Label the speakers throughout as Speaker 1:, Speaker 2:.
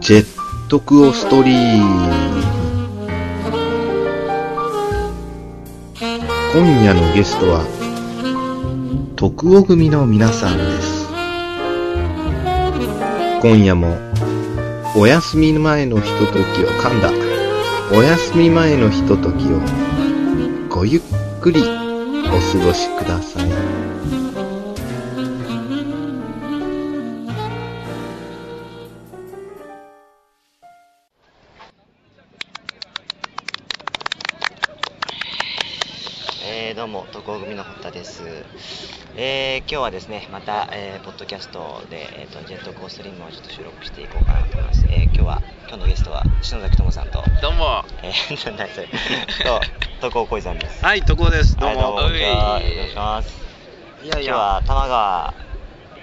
Speaker 1: ジェットクオストリーム。今夜のゲストは、徳尾組の皆さんです。今夜も、お休み前のひとときを噛んだ、お休み前のひとときを、ごゆっくりお過ごしください。
Speaker 2: えーどうも、徳尾組の堀田です。えー今日はですね、また、えーポッドキャストで、えーとジェットコーストリームをちょっと収録していこうかなと思います。えー今日は、今日のゲストは、篠崎智さんと、
Speaker 3: どうも。
Speaker 2: えー、なんだそれ、と、徳尾浩二さんです。
Speaker 3: はい、徳尾です。どう
Speaker 2: はいどうも、
Speaker 3: も。
Speaker 2: こんにちは
Speaker 3: う
Speaker 2: よろしくお願いします。
Speaker 3: いやい
Speaker 2: 今日は
Speaker 3: や、
Speaker 2: 多摩川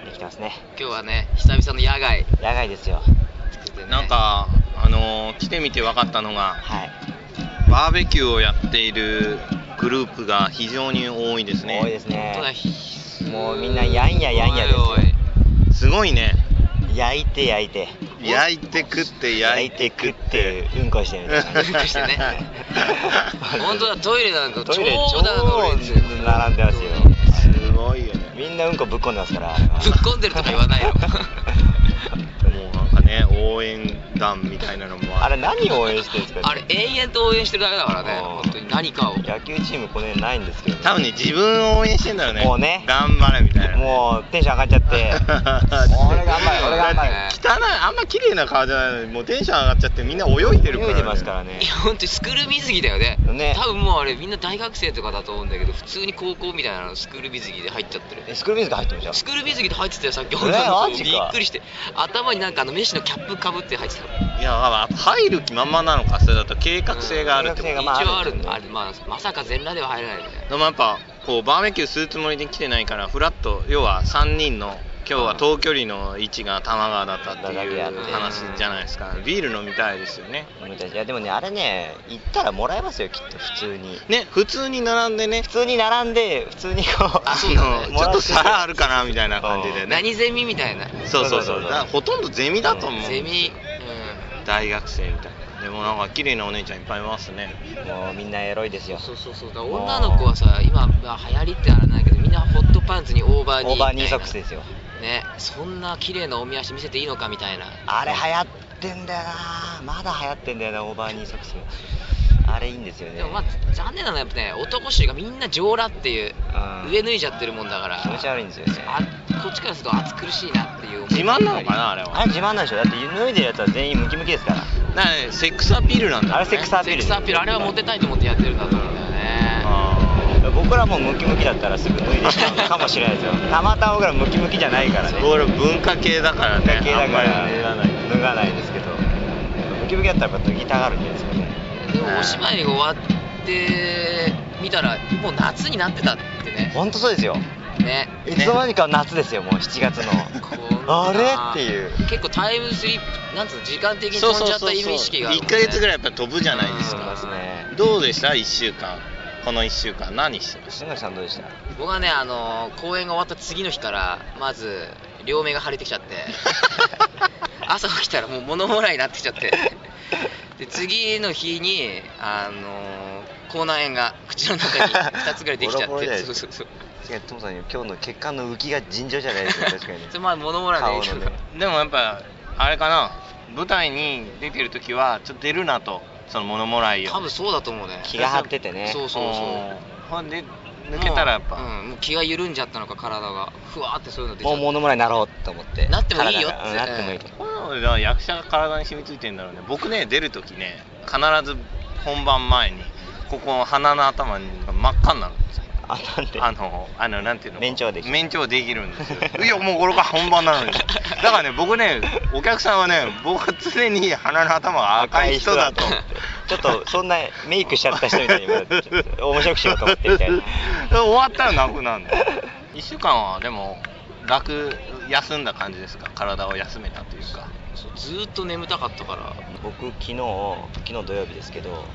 Speaker 2: に来てますね。
Speaker 3: 今日はね、久々の野外。
Speaker 2: 野外ですよ。
Speaker 3: なんか、あのー来てみて分かったのが、
Speaker 2: はい。
Speaker 3: バーベキューをやっているグループが非常に多いですね。
Speaker 2: 多いですね。
Speaker 4: 本当だひ
Speaker 2: もうみんなやんややんやですよ
Speaker 4: おいおい
Speaker 3: すごいね。
Speaker 2: 焼いて焼いて。
Speaker 3: 焼いて食って
Speaker 2: 焼
Speaker 3: 焼
Speaker 2: い
Speaker 3: い
Speaker 2: て
Speaker 3: て
Speaker 2: 食
Speaker 3: 食
Speaker 2: っ
Speaker 3: ってて。
Speaker 2: うんこしてみたいな
Speaker 4: うんこして ね本当だトイレなんか
Speaker 2: ト
Speaker 4: 超
Speaker 2: イレ超
Speaker 4: 並んでる
Speaker 2: 並んでますよ
Speaker 3: すごいよね。
Speaker 2: みんなうんこぶっこんでますから
Speaker 4: ぶっこんでるとか言わないよ
Speaker 3: もうなんかね、応援団みたいなの も
Speaker 2: あれ
Speaker 3: ね。
Speaker 2: 何を応援してるんですか
Speaker 4: あれ延々と応援してるだけだからね
Speaker 2: うん
Speaker 4: 本当に何かを
Speaker 2: 野球チームこの辺ないんですけど
Speaker 3: 多分ね、自分を応援してんだろうね。
Speaker 2: もうね
Speaker 3: 頑張れみたいな、ね。
Speaker 2: もうテンション上がっちゃって俺頑張れ俺頑張れ
Speaker 3: だって 汚いあんま綺麗な顔じゃないのにもうテンション上がっちゃってみんな泳いでるから、
Speaker 2: 泳いでますからね
Speaker 4: いや本当にスクール水着だよね
Speaker 2: ね
Speaker 4: 多分もうあれみんな大学生とかだと思うんだけど普通に高校みたいなのスクール水着で入っちゃってる
Speaker 2: えスクール水が入ってまし
Speaker 4: ス
Speaker 2: た
Speaker 4: クール水着で入ってたよさっき
Speaker 2: えマジか
Speaker 4: びっくりして頭になんかあのメッシュのキャップかぶって入ってた
Speaker 3: いや入る気満々なのかそれだと計画性があるってこ
Speaker 2: うん計
Speaker 3: と
Speaker 2: 画性がまあ
Speaker 4: 一応あ
Speaker 2: ある
Speaker 4: る
Speaker 2: んだ
Speaker 4: あれまあまさか全裸では入らないみたいな
Speaker 3: でもやっぱこうバーベキューするつもりで来てないからフラッと要は3人の今日は遠距離の位置が多摩川だったって
Speaker 2: だけ
Speaker 3: い
Speaker 2: あって
Speaker 3: う話じゃないですかビール飲みたいですよね
Speaker 2: いやでもねあれね行ったらもらえますよきっと普通に
Speaker 3: ね普通に並んでね
Speaker 2: 普通に並んで普通にこう
Speaker 3: あ
Speaker 4: そうだね
Speaker 3: のちょっと皿あるかなみたいな感じでね
Speaker 4: 何ゼミみたいな
Speaker 3: そうそうそ
Speaker 2: そ
Speaker 3: う
Speaker 2: うそうそう
Speaker 3: だからほとんどゼミだと思う
Speaker 4: ゼミ
Speaker 3: 大学生みたいなでもなんか綺麗なお姉ちゃんいっぱいいますね
Speaker 2: もうみんなエロいです
Speaker 4: う
Speaker 2: よ
Speaker 4: んそうそうそうだから女の子はさ今まあ流行りってあれないけどみんなホットパンツにオーバーニー
Speaker 2: オーバーニーソックス
Speaker 4: み
Speaker 2: で
Speaker 4: たい
Speaker 2: すよ
Speaker 4: なねそんな綺麗なおみ足見せていいのかみたいな
Speaker 2: あれ流行ってんだよなまだ流行ってんだよなオーバーニーソックスもあれいいんですよね
Speaker 4: でもまあ残念なのはやっぱね男衆がみんな上裸っていう
Speaker 2: うん
Speaker 4: 上脱いじゃってるもんだから
Speaker 2: 気持ち悪いんですよね
Speaker 4: あこっちからすると暑苦しいなっていう思い
Speaker 3: 自慢なのかなあれ
Speaker 2: あ
Speaker 3: は
Speaker 2: れ自慢なんでしょだって脱いでるやつは全員ムキムキですから
Speaker 3: だからねセックスアピールなんだろうね
Speaker 2: あれセックスアピール
Speaker 4: セクスアピールあれはモテたいと思ってやってるんだと思うんだよね
Speaker 3: あ
Speaker 2: 僕らもムキムキだったらすぐ脱いでしまうかもしれないですよたまたま僕らムキムキじゃないからね
Speaker 3: ー俺文化系だからね
Speaker 2: だけだから
Speaker 3: あんまり脱がない
Speaker 2: 脱がないですけどムキムキだったらやっぱ脱ぎたがるんじゃないですかね
Speaker 4: でもお芝居終わって見たらもう夏になってたってね
Speaker 2: 本当そうですよ
Speaker 4: ね
Speaker 2: いつの間にか夏ですよもう7月の
Speaker 4: こんな
Speaker 2: あれっていう
Speaker 4: 結構タイムスリップなんつうの時間的に飛んじゃった意識があるも
Speaker 3: 1
Speaker 4: ん
Speaker 3: か
Speaker 4: ね
Speaker 3: 月ぐらいやっぱ飛ぶじゃないです
Speaker 2: そうで
Speaker 3: か
Speaker 2: すね
Speaker 3: どうでした1週間この1週間何してまし
Speaker 2: 篠崎さんどうでした
Speaker 4: 僕はねあのー公演が終わった次の日からまず両目が腫れてきちゃって 朝起きたらもう物もらいになってきちゃってで次の日にあのー口内炎が口の中に2つぐらいできちゃっ
Speaker 2: ボロボロじゃな
Speaker 4: て
Speaker 2: い
Speaker 4: そうそうそう
Speaker 2: 違うトムさん今日の血管の浮きが尋常じゃない ですよ確かに
Speaker 4: それまあ物もらいの影響
Speaker 2: 顔の
Speaker 4: が
Speaker 2: ね
Speaker 3: たでもやっぱあれかな舞台に出てる時はちょっと出るなとその物もらいを
Speaker 4: 多分そうだと思うね
Speaker 2: 気が張っててね
Speaker 4: そうそうそう
Speaker 3: ほんで抜けたらやっぱ、
Speaker 4: もううん、もう気が緩んじゃったのか体がふわーってそういうの出ちゃ
Speaker 2: も
Speaker 4: っ
Speaker 2: う
Speaker 4: て
Speaker 2: 物もらいになろうと思って
Speaker 4: なってもいいよって
Speaker 2: 体がうんなってもいいと
Speaker 3: こういうので役者が体に染みついてんだろうね僕ね出る時ね必ず本番前にここ鼻の頭に真っ赤になるんですよ
Speaker 2: あなんで
Speaker 3: あのあのなんていうの
Speaker 2: 免除できる
Speaker 3: 免除できるんですよいやもうこれが本番なのにだからね僕ねお客さんはね僕は常に鼻の頭が赤い人だと
Speaker 2: 赤い人 だとちょっとそんなメイクしちゃった人みたいに今ちょっと面白くしようと思ってみたいな
Speaker 3: 終わったらなくなるんだよ1週間はでも楽休んだ感じですか体を休めたというか
Speaker 4: そうずーっと眠たかったから
Speaker 2: 僕昨日昨日土曜日ですけど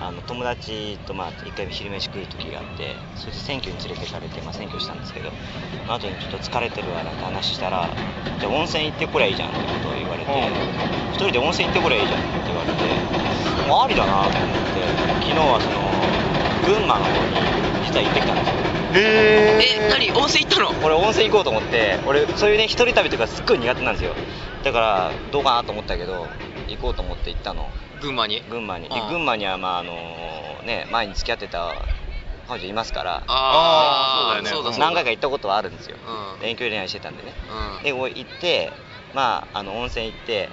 Speaker 2: あの友達とまあ一回昼飯食う時があってそれで選挙に連れてかれて、まあ、選挙したんですけどその後にちょっと疲れてるわなんて話したら「じゃあ温泉行ってこりゃいいじゃん」ってことを言われて「一人で温泉行ってこりゃいいじゃん」って言われてもうありだなと思って昨日はその群馬の方に実は行ってきたんですよ
Speaker 3: へ
Speaker 4: え何温泉行ったの
Speaker 2: 俺温泉行こうと思って俺そういうね一人旅とかすっごい苦手なんですよだからどうかなと思ったけど行こうと思って行ったの
Speaker 4: 群馬に
Speaker 2: 群馬にで
Speaker 4: ああ
Speaker 2: 群馬にはまああのね前に付き合ってた彼女いますから
Speaker 4: ああ
Speaker 3: あー
Speaker 4: そうだそうだ
Speaker 2: 何回か行ったことはあるんですよ
Speaker 4: うん
Speaker 2: 遠距離恋愛してたんでね
Speaker 4: うん
Speaker 2: でこう行ってまああの温泉行って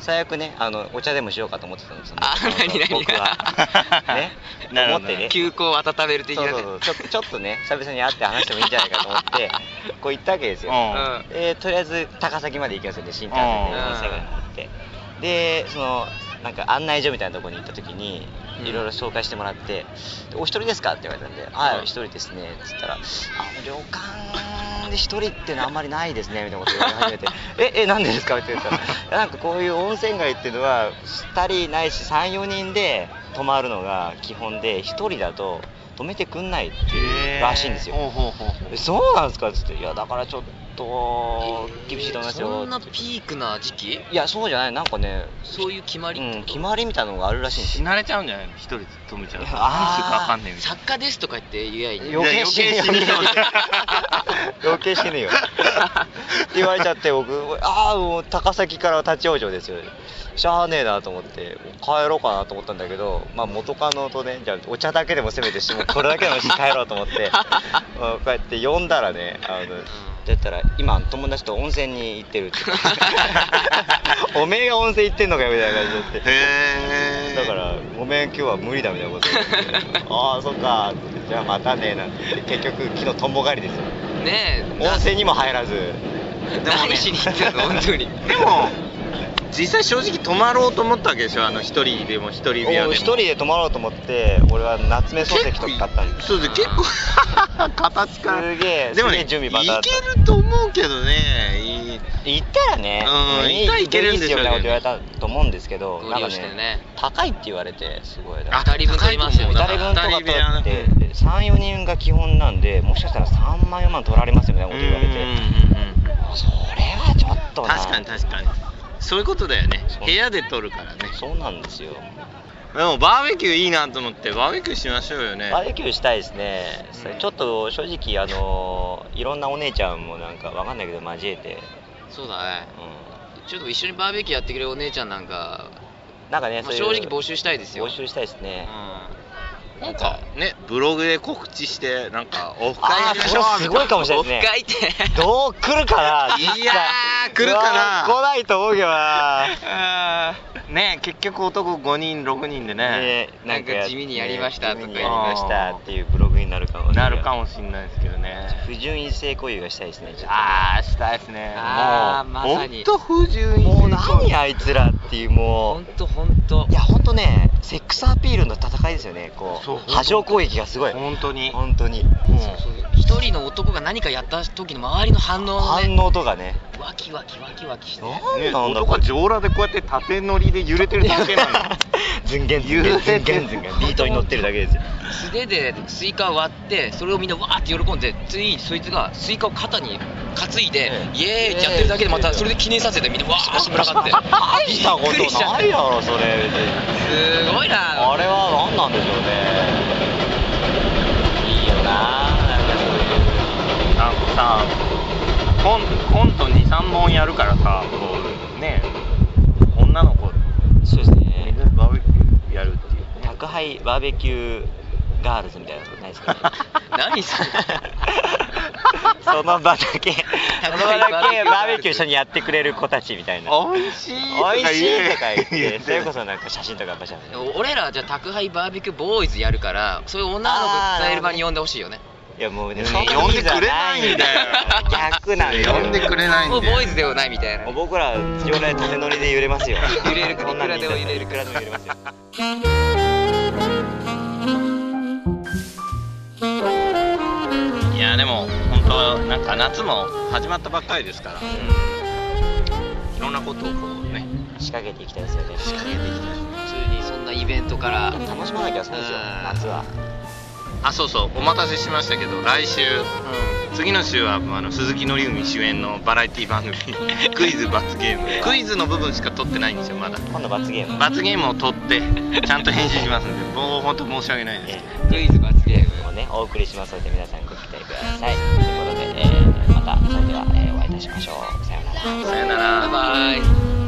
Speaker 2: 最悪ねあのお茶でもしようかと思ってたんですよ
Speaker 4: あ
Speaker 2: 元々
Speaker 4: 何々
Speaker 2: 僕は ね
Speaker 3: なる
Speaker 2: 思
Speaker 3: ほ
Speaker 2: っ
Speaker 3: ど
Speaker 2: てね
Speaker 4: 休校を温める的
Speaker 2: そう
Speaker 4: な
Speaker 2: そう
Speaker 4: ね
Speaker 2: そうちょっとちょっとね久々に会って話してもいいんじゃないかと思ってこう行ったわけですよ
Speaker 3: うん
Speaker 4: うん
Speaker 2: えーとりあえず高崎まで行きますよね新幹線で
Speaker 3: うん
Speaker 2: 温泉街に行ってでそのなんか案内所みたいなところに行った時に
Speaker 4: うん
Speaker 2: いろいろ紹介してもらって「でお一人ですか?」って言われたんで「はい一人ですね」っつったら「あ旅館で一人っていうのはあんまりないですね」みたいなこと言われ始め て「ええなんでですか?」って言ったらいや「なんかこういう温泉街っていうのは2人ないし34人で泊まるのが基本で一人だと泊めてくんないっていうらしいんですよ。
Speaker 3: ほうほうほうほう
Speaker 2: えそうなんですかっつって「いやだからちょっと厳しいと思いますよ」
Speaker 4: そんな
Speaker 2: って
Speaker 4: ピークな時期
Speaker 2: いやそうじゃないなんかね
Speaker 4: そういう決まり
Speaker 2: うん、決まりみたいなのがあるらしいんです
Speaker 3: 死
Speaker 2: よ
Speaker 3: なれちゃうんじゃないの一人で止めちゃう
Speaker 2: い
Speaker 3: 何
Speaker 2: や
Speaker 3: するかわかんねえみたいな
Speaker 4: 作家ですとか言って言えばいいね
Speaker 2: 余計死ぬよ
Speaker 3: いや余
Speaker 2: 余計
Speaker 3: 計死ぬよ
Speaker 2: 死ぬよって言われちゃって僕ああもう高崎から立ち往生ですよしゃあねえなと思って帰ろうかなと思ったんだけど、まあ、元カノとねじゃあお茶だけでもせめてしもうこれだけのうちに帰ろうと思ってまあこうやって呼んだらねあのだったら今友達と温泉に行ってるっておめえが温泉行ってんのかよみたいな感じで
Speaker 3: へえ
Speaker 2: だから「ごめん今日は無理だ」みたいな こと言って「ああそっか」ってじゃあまたね」なんて言って結局昨日とんぼ狩りですよ
Speaker 4: うんねえ
Speaker 2: 温泉にも入らず
Speaker 3: でもね
Speaker 4: 何しに行ってんの本当に
Speaker 3: でも実際正直泊まろうと思ったわけでしょあの一人でも一人部屋で
Speaker 2: お
Speaker 3: も
Speaker 2: 一人で泊まろうと思って俺は夏目漱石とか買ったんです
Speaker 3: そうです結構 形から
Speaker 2: すげえ
Speaker 3: でも
Speaker 2: すげえ
Speaker 3: ね
Speaker 2: 準備万端だ
Speaker 3: い
Speaker 2: った
Speaker 3: けると思うけどねいい
Speaker 2: 行ったらね
Speaker 3: うん
Speaker 2: いい
Speaker 3: 行ったらいけるんでしょう
Speaker 2: いいっすよみ
Speaker 3: け
Speaker 2: たいな
Speaker 3: ど
Speaker 2: こ
Speaker 3: ね
Speaker 2: と言われたと思うんですけど
Speaker 4: ご利用してね
Speaker 2: 高いって言われてすごい
Speaker 3: あ
Speaker 4: 二人分取りますよ
Speaker 3: 高
Speaker 2: 誰
Speaker 3: いと思う
Speaker 2: 分とか取っ
Speaker 3: 二
Speaker 2: て
Speaker 3: 人部屋
Speaker 2: で34人が基本なんでもしかしたら3万4万取られますよみたいなこと言われて
Speaker 3: うんうんうん
Speaker 2: それはちょっとな
Speaker 3: 確かに確かにそういうことだよね
Speaker 2: そう
Speaker 3: 部屋で撮るからね
Speaker 2: そうなんですよ
Speaker 3: でもバーベキューいいなと思ってバーベキューしましょうよね
Speaker 2: バーベキューしたいですね、それ
Speaker 3: うん
Speaker 2: ちょっと正直あのいろんなお姉ちゃんもなんかわかんないけど交えて、
Speaker 4: そうだね
Speaker 2: う
Speaker 4: ちょっと一緒にバーベキューやってくれるお姉ちゃんなんか
Speaker 2: ん、なんかね
Speaker 4: まあ
Speaker 2: そういう
Speaker 4: 正直募集したいですよ
Speaker 2: 募集したいですね、
Speaker 4: う
Speaker 3: なんかねブログで告知してなんかオフ
Speaker 2: あ
Speaker 3: 会
Speaker 2: あ
Speaker 3: しま
Speaker 2: それ
Speaker 3: しょう
Speaker 2: すごいかもしれ
Speaker 4: ん
Speaker 2: な
Speaker 4: オ
Speaker 2: い
Speaker 4: フ
Speaker 2: ですね
Speaker 4: 会って
Speaker 2: どう来るかな実際
Speaker 3: いやー来るかな
Speaker 2: うわー来ないと思うけど な
Speaker 3: あーね結局男5人6人でね
Speaker 2: ね
Speaker 4: なんか地味にやりまし
Speaker 2: ね
Speaker 4: たと
Speaker 2: 地
Speaker 4: か
Speaker 2: 味にやりましたっていうブログになるかも
Speaker 3: なるか
Speaker 2: も
Speaker 3: もしんないですけどね
Speaker 2: 不純異性交友がしたいですねちょっと
Speaker 3: ああしたいですね
Speaker 4: あー
Speaker 3: もう
Speaker 4: まさに
Speaker 3: ほんと不純意
Speaker 2: もう何あいつらっていうも
Speaker 4: ほ
Speaker 2: うん
Speaker 4: とほんと
Speaker 2: いや本当ねセックスアピールの戦いですよねこ
Speaker 3: そう
Speaker 2: う波状攻撃がすごい
Speaker 3: 本当に
Speaker 2: 本当に
Speaker 3: もう
Speaker 4: 一人の男が何かやった時の周りの反応をね
Speaker 2: 反応とかね
Speaker 4: ワキワキワキワキして
Speaker 2: 何
Speaker 3: ね
Speaker 2: なんだ
Speaker 3: 男
Speaker 2: こ
Speaker 3: は
Speaker 2: れ
Speaker 3: 上裸でこうやって縦乗りで揺れてるだ けなの
Speaker 2: ずんげんずんげんずんげんずんげんビートに乗ってるだけですよ
Speaker 4: 素手でスイカを割ってそれをみんなわーって喜んでついにそいつがスイカを肩に担い
Speaker 2: え
Speaker 4: で
Speaker 2: え
Speaker 4: イエーイってやってるだけでま
Speaker 2: イエーイ
Speaker 4: た
Speaker 2: って
Speaker 4: それで記念撮影でみんなわーって群がって
Speaker 2: 大したこ
Speaker 4: びっくりしち
Speaker 2: と
Speaker 4: ゃった
Speaker 2: ないやろそれ別に
Speaker 4: すごいな
Speaker 2: あれは何なんでしょうねいいよななんかそういう
Speaker 3: なんかさコンコント23本やるからさこうね女の子
Speaker 2: そうです
Speaker 3: み
Speaker 2: ね
Speaker 3: んなでバーベキューやるっていうね
Speaker 2: 宅配バーベキューガールズみたいなことないです かね
Speaker 4: 何それ
Speaker 2: その場だけその場だけバーベキュー一緒にやってくれる子たちみたいな
Speaker 3: 美味しい
Speaker 2: おいしいとか言っ
Speaker 3: 言
Speaker 2: て
Speaker 3: う
Speaker 2: それこそなんか写真とかバシャバシャ
Speaker 4: お俺らじゃあ宅配バーベキューボーイズやるからそういう女の子伝える場に呼んでほしいよね
Speaker 2: いやもうね
Speaker 3: ね
Speaker 2: そな
Speaker 3: 呼んでくれないんだよ
Speaker 2: 逆なんだよ
Speaker 3: 呼んでくれないん
Speaker 4: もう
Speaker 3: で
Speaker 4: ボーイズではないみたいな
Speaker 2: もう僕ら将来縦乗りで揺れますよ
Speaker 4: 揺れるいく
Speaker 2: こんな
Speaker 4: ら
Speaker 2: ん
Speaker 4: でも揺れる
Speaker 2: いくらでも揺れますよ
Speaker 3: いやでも本当なんか夏も始まったばっかりですからいろんなことをこうね
Speaker 2: 仕掛けていきたいですよね
Speaker 4: 普通にそんないいイベントからうん
Speaker 2: 楽しまなきゃそうですよ
Speaker 4: うん
Speaker 2: 夏は
Speaker 3: あそうそうお待たせしましたけど来週次の週はあの鈴木紀文主演のバラエティ番組 「クイズ罰ゲーム」クイズの部分しか撮ってないんですよまだ
Speaker 2: 今度罰ゲーム
Speaker 3: 罰ゲームを撮ってちゃんと編集しますんでもう本当申し訳ないです
Speaker 2: え
Speaker 4: クイズ罰ゲーム
Speaker 2: えをねお送りしますので皆さんご期待くださいということで、えーまたそれでは、えーお会いいたしましょうさようなら
Speaker 3: さよなら
Speaker 4: バイバイ